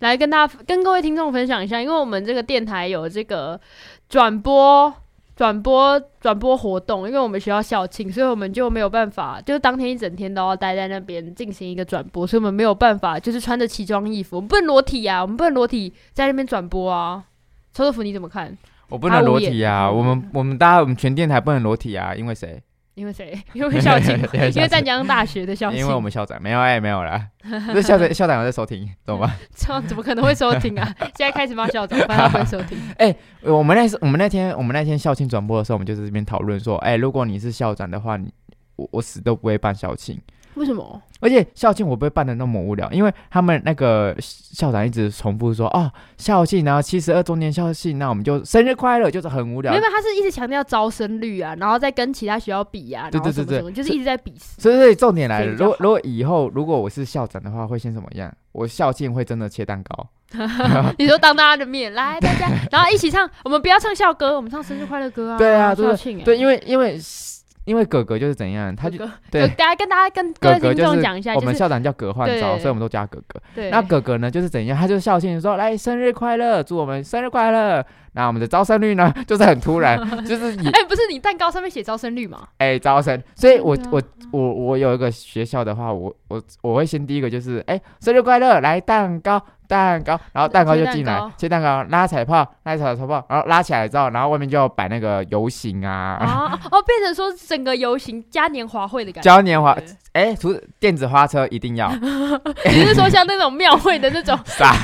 来跟大家跟各位听众分享一下，因为我们这个电台有这个转播。转播转播活动，因为我们学校校庆，所以我们就没有办法，就是当天一整天都要待在那边进行一个转播，所以我们没有办法，就是穿着奇装异服，我们不能裸体啊，我们不能裸体在那边转播啊。臭豆腐你怎么看？我不能裸体啊！我们我们大家我们全电台不能裸体啊，因为谁？因为谁？因为 校庆因为校，庆因为湛江大学的校庆，因为我们校长没有哎、没有啦， 这校长校长有在收听，懂吗？这样怎么可能会收 听啊？现在开始骂校长，不然他不会收听。呃我们那时我们那天我们那天校庆转播的时候，我们就在这边讨论说，哎、如果你是校长的话，你我我死都不会办校庆。为什么？而且校庆我不会办的那么无聊，因为他们那个校长一直重复说哦校庆，然后七十二周年校庆，那我们就生日快乐，就是很无聊没有，。他是一直强调招生率啊，然后再跟其他学校比啊，对然后对什么对对什么，就是一直在比。 所以所以重点来了，所以比较如果好如果以后如果我是校长的话，会先怎么样？我校庆会真的切蛋糕，你说当大家的面来大家，然后一起唱，我们不要唱校歌，我们唱生日快乐歌啊。对啊对校对庆、欸、对，因为因为因为哥哥就是怎样，他就哥哥对就大家跟大家跟哥各位哥听就众是讲一下，我就们是校长叫葛焕昭，对所以我们都叫他哥哥。对，那 哥哥呢，就是怎样，他就校庆说来生日快乐，祝我们生日快乐。 那我们的招生率呢，就是很突 然，就是以哎、不是你蛋糕上面写招生率吗？哎、招生，所以我真的啊我我我有一个学校的话，我我我会先第一个就是哎、生日快乐，来蛋糕蛋糕，然后蛋糕就进来哦切蛋糕，拉彩炮拉彩炮，然后拉起来之后，然后外面就要摆那个游行 啊，啊哦，变成说整个游行嘉年华会的感觉。嘉年华对哎，除、电子花车一定 要，你是说像那种庙会的那种 撒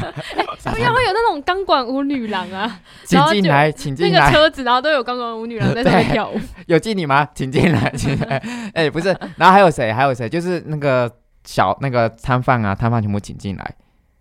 庙会有那种钢管舞女郎啊，请然后进就来，请那进个来，车子，然后都有钢管舞女郎在上面对跳舞。有进你吗？请进来，请进来。哎、不是，然后还有谁？还有谁？就是那个小那个摊贩啊，摊贩全部请进来。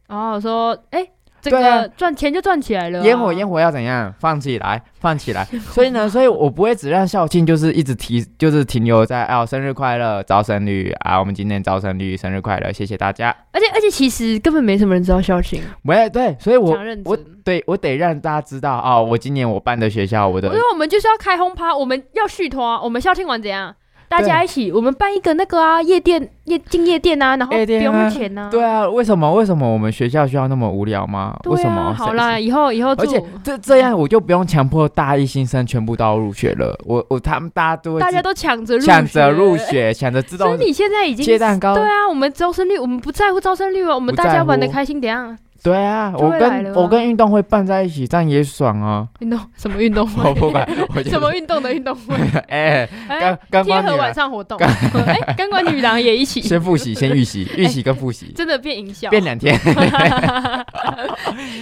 然后说，哎、这对啊个赚钱就赚起来了啊、烟火烟火要怎样放起来，放起来。所以呢，所以我不会只让校庆就是一直提，就是停留在哦生日快乐，招生率啊，我们今天招生率生日快乐，谢谢大家。而且而且其实根本没什么人知道校庆，喂，对，所以我讲认真。我对我得让大家知道哦，我今年我办的学校，我我的觉得我们就是要开轰趴，我们要续托啊，我们校庆完怎样？大家一起，我们办一个那个啊，夜店夜进夜店啊，然后夜不店啊用钱呐、对，啊，为什么为什么我们学校需要那么无聊吗？对啊，为什么？好啦，以后以后而且祝这这样我就不用强迫大一新生全部都要入学了，我我他们大家都会大家自都抢着入抢着入学。学，抢着自所动以你现在已经切蛋糕，对啊，我们招生率，我们不在乎招生率哦，我们大家玩的开心，怎样？对啊，就我会来跟了啊我跟运动会拌在一起，这样也爽 啊！运动什么运动 我不会？管，我就 什么运动的运动 会？哎，哎，刚刚贴刚合你晚来上活动， 哎，钢管女郎也 一起，先复习，先预 哎习，预习跟复习真的变营销，变两天，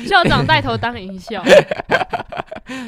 校长带头当营 销。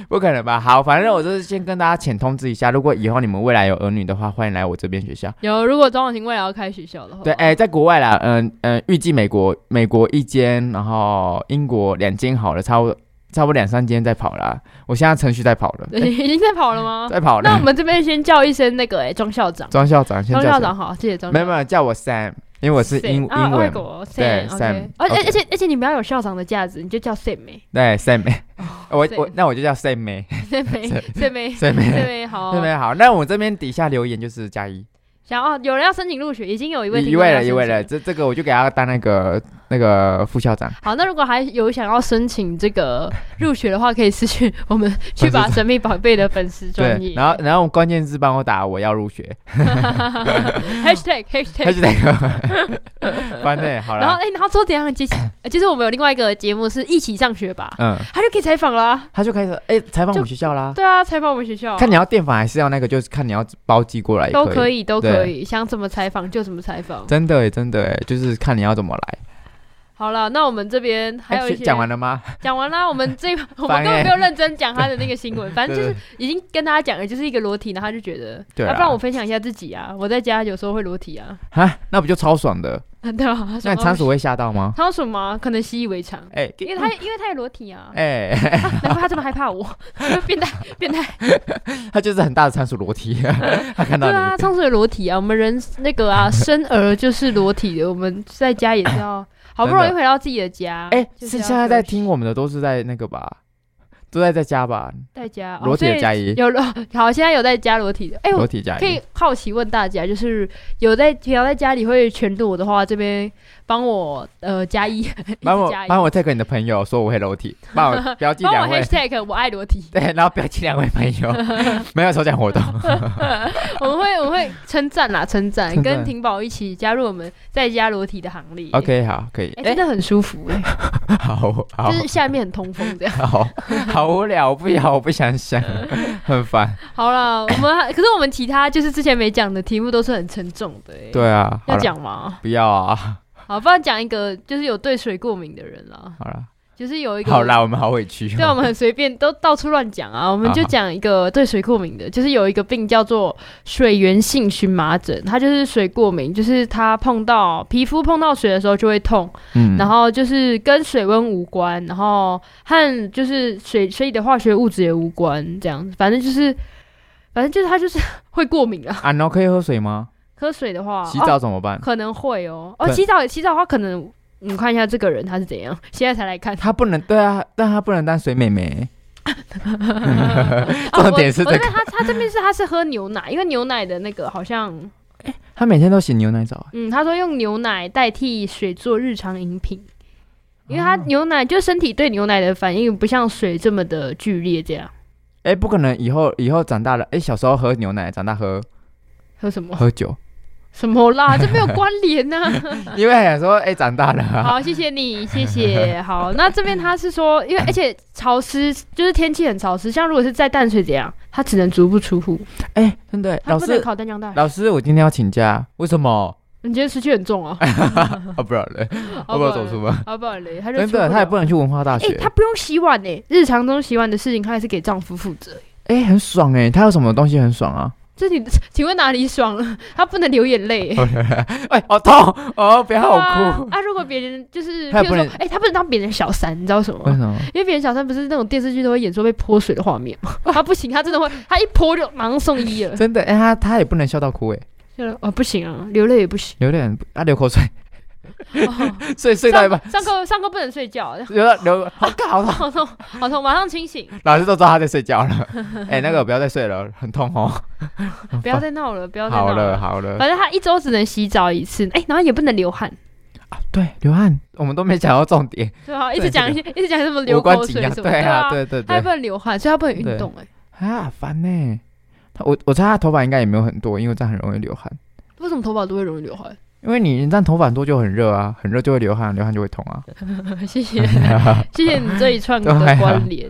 不可能吧？好，反正我就是先跟大家浅通知一下，如果以后你们未来有儿女的话，欢迎来我这边学校。有，如果张永行未来要开学校的话，对，哎，在国外啦，嗯嗯，预计美国美国一间，然后英国两间好了，差不多差不多两三间在跑啦。我现在程序在跑了，对， 已经在跑了吗？在跑那我了。们这边先叫一声那个哎，庄校 长，庄校长，先庄叫校什么长好，谢谢庄没校有长。没有叫我 Sam，因为我是英 Sam，啊英外文，国 Sam，对 OK Sam，而且 OK 而且而且你不要有校长的架子，你就叫 Sam 欸妹对 Sam 妹， 我我哦 Sam 那我就叫 Sam 妹 ，Sam 妹，Sam 妹，Sam 欸，Sam 妹。妹好哦对。妹好，那我这边底下留言就是加一，想哦，有人要申请入学，已经有一位听一众位要了，申一请位了，。这这个我就给他当那个那个副校长，好，那如果还有想要申请这个入学的话，可以私讯我们去把神秘宝贝的粉丝专对，业。 然后 然后关键字帮我打我要入学， hashtag 他 hashtag 就那个， 反正好然后了，哎、然后之后怎样？其实呃其实我们有另外一个节目是一起上学吧，嗯，他就可以采访啦。他就开始哎采访我就们学校啦，对啊，采访我们学校看你要电访还是要那个，就是看你要包寄过来也都可以，以，都可以，想怎么采访就怎么采访。真的哎真的哎，就是看你要怎么来。好了，那我们这边还哎有一些讲完了吗？ 讲完啦，我们这我烦欸们根本没有认真讲他的那个 新闻，反正就是对已经跟大家讲了，就是一个裸体，然后他就觉得，对啊要不然我分享一下自己啊，我在家有时候会裸体啊，哈，那不就超爽的？ 对啊，那你仓鼠会吓到吗？ 他说什么？啊可能习以为 常，哎、因为他因为他也裸体啊，哎、 难怪他这么害怕我，变态变态。他就是很大的仓鼠裸体， 他看到对你，啊，上次有裸体啊，我们人那个 啊，生而就是裸体的，我们在家也是要好不容易真回到自己的家，哎、就是要现在在休息听我们的都是在那个吧？都在在家吧，在家裸体的加一一，有好，现在哦有在家裸体的。哎、裸我体加可一以，好奇问大家，就是有在平常在家里会全裸的话，这边帮我呃加一，帮我加 一帮我 tag 你的朋友说我会裸 体，帮我标记帮两我位， hashtag 我爱裸体 。对，然后标记两位朋 友，没有抽奖活动，我们会我们会称赞啦，称赞称，赞跟婷宝一起加入我们在家裸体的行列。 OK，好，可以，哎、哎、真的很舒服、哎，好好就是下面很通风这样。 好好无聊，我不要，我不想想，很烦，好了，我们还可是我们其他就是之前没讲的题目都是很沉重的、哎，，对啊，好要了，讲吗？不要啊，好，不然讲一个就是有对水过敏的人啦，好了，就是有一个好啦，我们好委屈、哦，对，我们很随便，都到处乱讲啊。我们就好好讲一个对水过敏的，就是有一个病叫做水源性荨麻疹，它就是水过敏，就是它碰到皮肤碰到水的时候就会痛，嗯，然后就是跟水温无关，然后和就是水水里的化学物质也无关，这样，反正就是，反正就是它就是会过敏啊。 啊，然后可以喝水吗？喝水的话，洗哦澡怎么办？可能会哦，哦，可洗澡洗澡的话可能。你看一下这个人他是怎样， 现在才来看。他 不能对啊，但他不能当水妹妹。哦重点是我这个哦我这边他他这边是他是喝牛奶，因为牛奶的那个好像，他每天都洗牛奶澡啊，嗯，他说用牛奶代替水做日常饮品，因为他哦牛奶就身体对牛奶的反应不像水这么的剧烈，这样哎、不可能！以后以后长大了，哎、小时候喝牛奶，长大喝喝什么喝酒，什么啦，这没有关联呐、因为想说，哎、长大了、 啊，好，谢谢你，谢谢。好，那这边他是说，因为而且潮湿，就是天气很潮湿，像如果是在淡水怎样，他只能足不出户，哎、真的，他老不能师考淡江大学。老师，我今天要请假，为什 么？你今天失去很重啊，啊，不然嘞，哦好 要不要走出门？好不好嘞？他就真出的，不他也了不能去文化大哎、学，她不用洗碗呢、日常中洗碗的事情，她还是给丈夫负责欸、哎、很爽哎、他有什么东西很爽啊？这你请问哪里爽了？她不能流眼泪欸、哎、好痛哦，不要啊 好哭，啊！如果别人就是，她譬也如不说能，哎、她不能当别人小三，你知道什么为吗？什 么？因为别人小三不是那种电视剧都会演说被泼水的画面吗？ 她不行，她真的会，她一泼就马上送医了。 真的，哎、他他也不能笑到哭哎、就是哦，不行啊，流泪也不行。有点啊，流口水，哦、睡睡到一 半， 上课上课不能睡觉，流到流，好尬，好痛。好痛好痛，马上清醒， 老师都知道他在睡觉了。哎、那个不要再睡了，很痛哦。 不要再闹了，不要再闹好了好了，反正她一周只能洗澡一次，哎、然后也不能流汗。对，刘汉，我们都没讲到重点， 对啊，一直讲一些，一直讲什么 流无关口紧水要。什么，对啊，啊，对 对他也对不，能流汗，所以他不能运动、哎，啊，烦呢、他我我猜他头发应该也没有很多，因为这样很容易流汗。为什么头发都会容易流汗？因为你这样头发很多就很热啊，很热就会流汗，流汗就会痛啊。 谢谢，谢谢你这一串的关 联。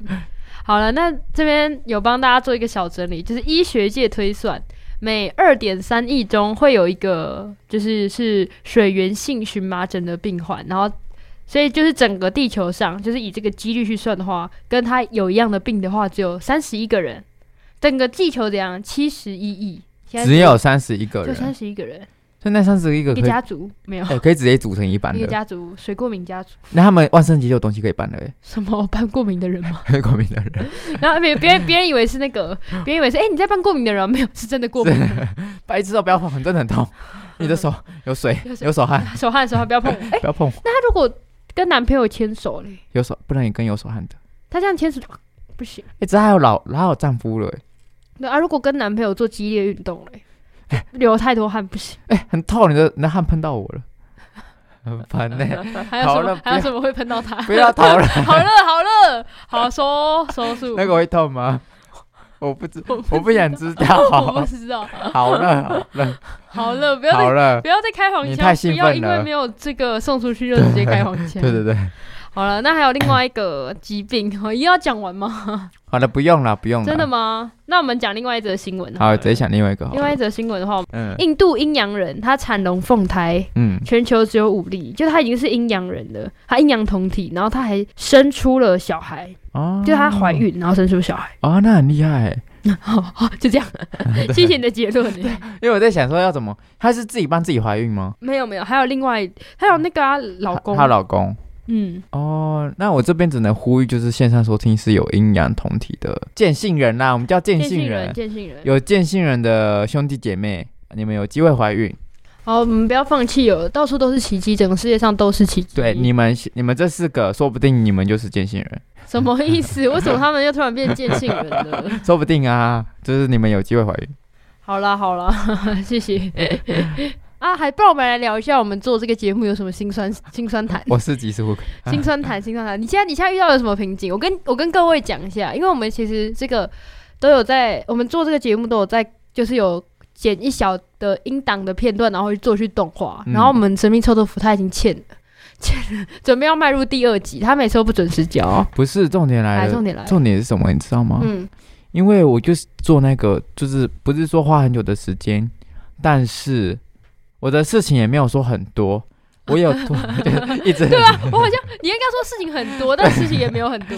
好了，那这边有帮大家做一个小整理，就是医学界推算，每二点三亿中会有一个就是是水源性荨麻疹的病患，然后。所以就是整个地球上，就是以这个几率去算的话，跟他有一样的病的话，只有三十一个人，整个地球怎样？七十一亿，现在只有三十一个就三人，十一个人，就那三十一个可一个以，家族没有 哎、，可以直接组成一班一个的。家族水过敏家族，那他们万圣节就有东西可以办了、 什么 办过敏的人吗？哎，国民的人 然后别别人别人以为是那个，别人以为是哎、你在办过敏的人，没有是真的过敏，白痴哦，不要碰，真的很痛。你的 手有水，有水有手汗，手汗的时候不要碰我。哎、不要碰我。他如果跟男朋友牵手嘞，有手，不然你跟有手汗的。他这样牵手不行。哎、这还有老，还有丈夫了、欸对啊，如果跟男朋友做激烈运动 嘞，流太多汗不行。哎、很痛，你的你的汗喷到我了，很烦呢、还有哎好什了么？不还有要什么会喷到他？不 要逃了，好了好了，好收收束。那个会痛吗？我不知，我不我不想知道。我不知道。好了，好了，好了，不要再好了不，要再开黄你腔，太兴不要奋因了为没有这个送出去就直接开黄 腔。对对对，好了，那还有另外一个疾病，哦我一定要讲完吗？好了，不用了，不用了。真的？吗？那我们讲另外一则新闻嗯好，了直接想另外一个好了。另外一则新闻的话，嗯印度阴阳人他产龙凤胎，嗯，全球只有五例，就他已经是阴阳人了，他阴阳同体，然后他还生出了小孩，哦，就她怀孕然后生出小孩， 哦，那很厉害、就这样。谢谢你的结论。欸因为我在想说要怎么，她是自己帮自己怀孕吗？没有没有，还有另外还有那个啊，老公她，老公。嗯，哦，那我这边只能呼吁，就是线上收听是有阴阳同体的见信人啦，我们叫见见信信人，见信人，有见信人的兄弟姐妹，你们有机会怀孕，哦，我们不要放弃哦，到处都是奇迹，整个世界上都是奇迹。对，你们你们这四个，说不定你们就是坚信人，什么意思？为什么他们又突然变见信人了？ 说不定啊，就是你们有机会怀孕。好啦好啦， 谢谢。啊，还不然我们来聊一下，我们做这个节目有什么辛酸辛酸谈？我是吉斯虎，辛酸谈，辛酸谈。你现在你现在遇到了什么瓶颈？我跟我跟各位讲一下，因为我们其实这个都有在，我们做这个节目都有在，就是有剪一小的音档的片段，然后去做去动画。嗯然后我们神秘臭豆腐他已经欠了，欠了，准备要迈入第二集，他每次都不准时交。不是重点哦来来，了，重点来了，重点是什么？你知道吗？嗯，因为我就是做那个，就是不是说花很久的时间，但是我的事情也没有说很多，我有 拖，就是一直对啊，我好像你应该说事情很多，但事情也没有很多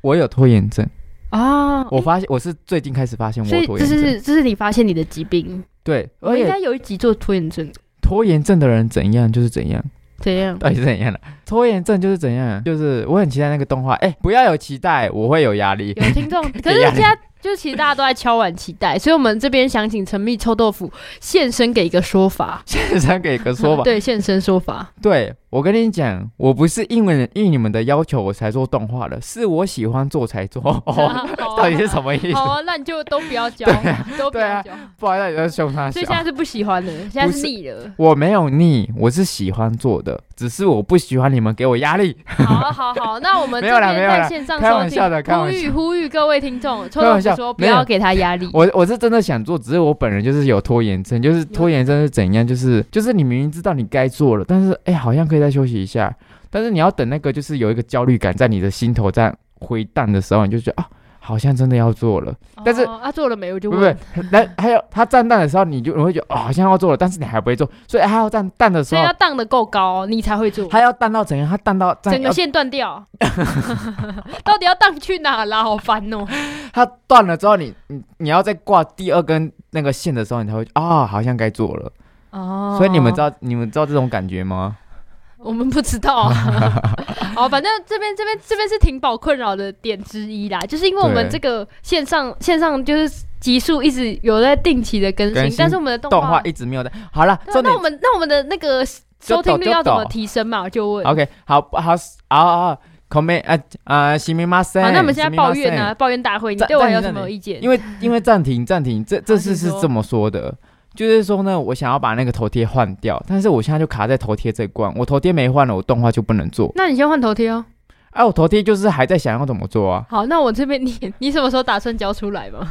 我有拖延症。啊。我发现我是最近开始发现我所以有拖这延症，是这是你发现你的疾病，对，我而应且该有一集做拖延症，拖延症的人怎样就是怎样，怎 样？到底是怎样了？拖延症就是怎样，就是我很期待那个动画，哎、不要有期待，我会有压力。有 听众，可是现在就其实大家都在敲碗期待，所以我们这边想请陈密臭豆腐现身给一个说法，现在给一个说法， 对，现身说法，对我跟你讲，我不是应人应你们的要求我才做动画的，是我喜欢做才做。 哦，到底是什么意思？好啊，那你就都不要教，都不 对要啊教，不好意思，你在凶他所笑以。现在是不喜欢的，现在不是是腻了。我没有腻，我是喜欢做的，只是我不喜欢你们给我压力。好啊好好，那我们这没有啦边没有啦在线上开收玩听笑的，开呼玩吁笑。呼吁各位听众，臭开豆玩腐笑说不没有要给他压力，我我是真的想做，只是我本人就是有拖延症，就是拖延症是怎样，就是就是你明明知道你该做了，但是哎、好像可以再休息一下，但是你要等那个就是有一个焦虑感在你的心头在回荡的时候，你就觉得啊，好像真的要做了。但是哦他做了没，我就不问不，那还有他站蛋的时候，你就你会觉得哦，好像要做了，但是你还不会做，所以他要站蛋的时所以候要，荡得够高，你才会做。他要蛋到怎样？他蛋到站整个线断掉， 到底要荡去哪啦？好烦哦、他断了之后，你你你要再挂第二根那个线的时候，你才会啊、好像该做了。哦所以你们知道，道你们知道这种感觉吗？我们不知道、 啊。好，反正这边这边这边是挺宝困扰的点之一啦，就是因为我们对这个线上线上就是集数一直有在定期的更新，更新但是我们的动画画，一直没有在。好了，对啊重那点我们那我们的那个收听率要怎么提升嘛？我就问。好， OK，好好好好好，comment 啊啊，西米马森。那我们现在抱怨啊，啊，抱怨大会，你暂对我暂有停什暂么停意见？因为因为暂停暂停，这这次是这么说的。就是说呢，我想要把那个头贴换掉，但是我现在就卡在头贴这一关，我头贴没换了，我动画就不能做。那你先换头贴哦。哎、啊，我头贴就是还在想要怎么做啊，好，那我这边你 你什么时候打算交出来吗？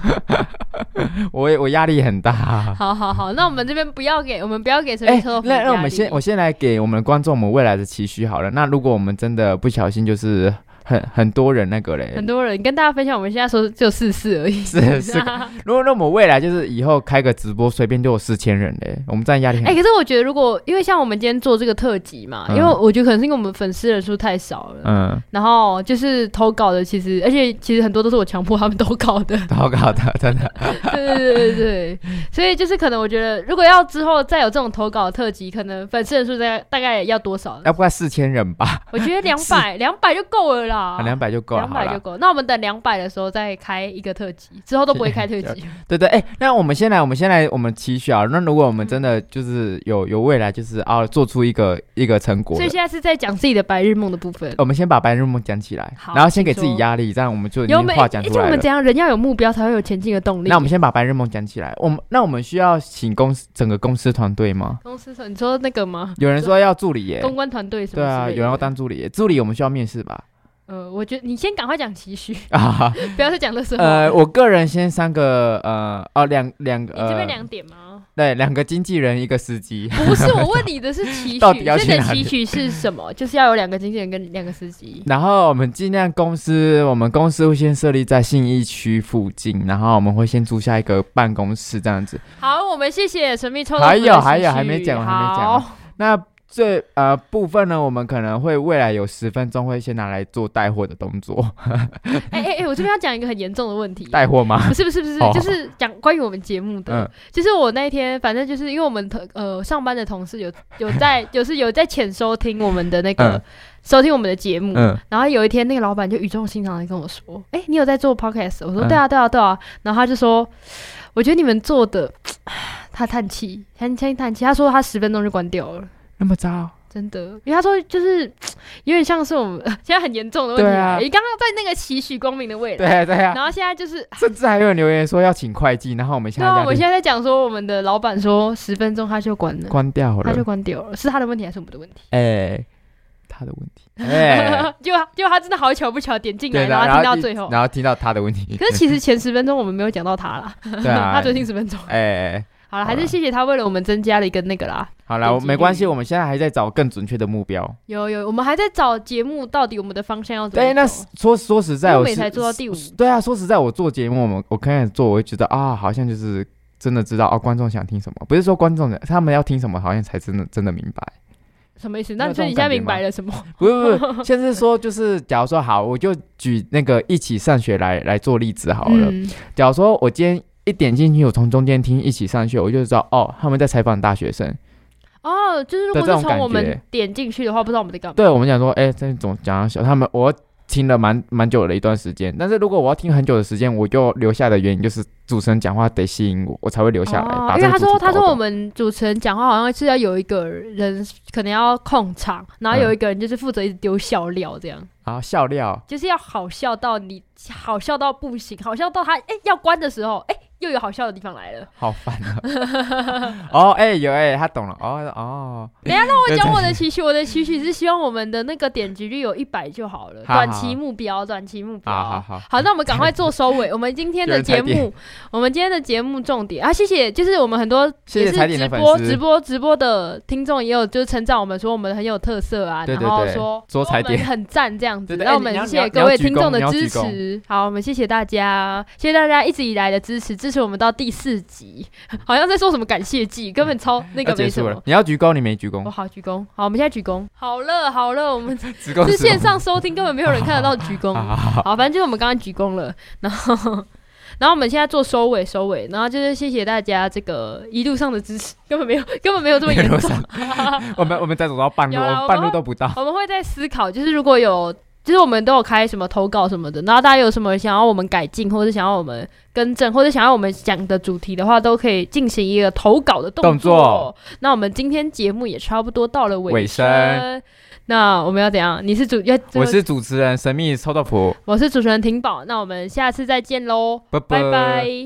我也我压力很大、啊好好好，那我们这边不要给我们不要给神秘哎臭豆，腐那压那我们力哦先我先来给我们观众我们未来的期许好了。那如果我们真的不小心就是很很多人那个嘞很，多啊人跟大家分享，我们现在说只有四四而已。是 是。哎如果那我们未来就是以后开个直播，随便就有四千人嘞，我们这样压力很哎、可是我觉得，如果因为像我们今天做这个特辑嘛，嗯因为我觉得可能是因为我们粉丝人数太少了，嗯，然后就是投稿的，其实而且其实很多都是我强迫他们投稿 的，好搞的，真的。对对对对对，所以就是可能我觉得，如果要之后再有这种投稿的特辑，可能粉丝人数大概大概要多少呢？要不然四千人吧，我觉得两百两百就够了啦，啊两百就够了，哦两好百就了。够。那我们等两百的时候再开一个特辑，之后都不会开特辑。 对对，哎，那我们先来，我们先来，我们期许啊。那如果我们真的嗯就是有有未来，就是啊，做出一个一个成果所的哦以，现在是在讲自己的白日梦的部分。我们先把白日梦讲起来好，然后先给自请己说压力，这样我们就已有经没有？话讲诶出就我来们了怎。样，人要有目标才会有前进的动力。那我们先把白日梦讲起来。我们那我们需要请公司整个公司团队吗？公司说，你说那个吗？有人说要助理耶，公关团队什么？对啊，有人要。当助理耶，助理我们需要面试吧？呃，我觉得你先赶快讲期许， 啊，不要再讲乐色话。呃，我个人先三个呃哦两两个你这边呃两点吗？对两个经纪人一个司机， 不是，我问你的是期许，呃到底要所以你的去哪期里许是什么？ 就是要有两个经纪人跟两个司机。然后我们尽量公司，我们公司会先设立在信义区附近，然后我们会先租下一个办公室这样子。好，我们谢谢神秘抽。还有还有还没讲完还没讲完好那这呃部分呢，我们可能会未来有十分钟会先拿来做带货的动作， 哎哎哎，我这边要讲一个很严重的问题。带货吗？不是不是不是，哦就是讲关于我们节目的。嗯就是我那一天，反正就是因为我们同呃上班的同事有 有在，就是有在浅收听我们的那个、嗯收听我们的节目。嗯，然后有一天，那个老板就语重心长的跟我说：“哎、你有在做 podcast？” 我说：“嗯对啊，对啊，对啊。”然后他就说：“我觉得你们做的， 他叹气，他先叹气，他说他十分钟就关掉了。那么糟，真的，因为他说就是有点像是我们 现在很严重的问题、对啊你刚刚在那个期许光明的未 对来，啊对啊，然后现在就是，甚至还有人留言说要请会计，然后我们现对在啊，压我力现在在讲说我们的老板说十分钟他就关了，关掉他就了，关掉了，是他的问题还是我们的问题？哎，他的问题， 哎，就就他真的好巧不巧点进来，对的，然后他 然听到后最后一，然后听到他的问题， 可是其实前十分钟我们没有讲到他啦，对 啊， 他只有听十分钟。哎，好了，好还啦是谢谢他为了我们增加了一个那个啦。好了，点我击没关系，率我们现在还在找更准确的目标。有有，我们还在找节目到底我们的方向要怎么走。对，那说说实在，因为我们也是才做到第五是对啊，说实在，我做节目，我们我刚开始做，我会觉得啊，好像就是真的知道哦，观众想听什么，不是说观众的他们要听什么，好像才真的真的明白。什么意思？你有那所以这种你现在感觉明白了什么？不是 不是，先是说就是，假如说好，我就举那个一起上学来来做例 子好了。 嗯假如说我今天一点进去，我从中间听一起上学，我就知道哦，他们在采访大学生。哦，就是如果的这是种从我感觉们点进去的话，不知道我们在干嘛。对我们讲说，哎、这种讲到小，他们我听了蛮蛮久的一段时间，但是如果我要听很久的时间，我就留下的原因就是主持人讲话得吸引我，我才会留下来。哦把因这为个他主题说，他搞说懂我们主持人讲话好像是要有一个人可能要控场，嗯然后有一个人就是负责一直丢笑料，这样、啊笑料，就是要好笑到你好笑到不行，好笑到他哎、要关的时候，哎、又有好笑的地方来了。好 烦 啊！哦，哎、有哎、他懂了，哦哦，等一下，那我对讲我的期许，我的期许是希望我们的那个点击率有一百就好 了，好短期目标，短期目标。好好好那我 们赶快做收尾。我们今天的节有人踩目，我们今天的节目重点啊，谢谢，就是我们很多谢谢也是踩点直的播粉丝直播直播的听众也有就是称赞我们说我们很有特色啊，对对然后对说说踩我们点很赞 这样子。对对那哎我你们要谢你谢要各位你要听鞠众躬的你要支鞠躬持，好，我们谢谢大家，谢谢大家一直以来的支持，支持我们到第四集，好像在说什么感谢季，根本超那要个没结什束么哦了。。你要鞠躬，你没鞠躬我、，好鞠躬，好，我们现在鞠躬。好了好了，我们鞠躬鞠是线躬上收听，根本没有人看得到鞠躬。好好好，好，反正就是我们刚刚鞠躬了，然后 然后我们现在做收尾收尾，然后就是谢谢大家这个一路上的支持，根本没有 根本没有这么严重。我们我们再走到半路，有啦啊我我们半们路都不到。我们会在思考，就是如果有，就是我们都有开什么投稿什么的，然后大家有什么想要我们改进，或者想要我们更正，或者想要我们讲的主题的话，都可以进行一个投稿的动作。动作那我们今天节目也差不多到了尾尾声那我们要怎样？你是主要，我是主持人神秘臭豆腐，我是主持人婷宝，那我们下次再见喽，拜拜拜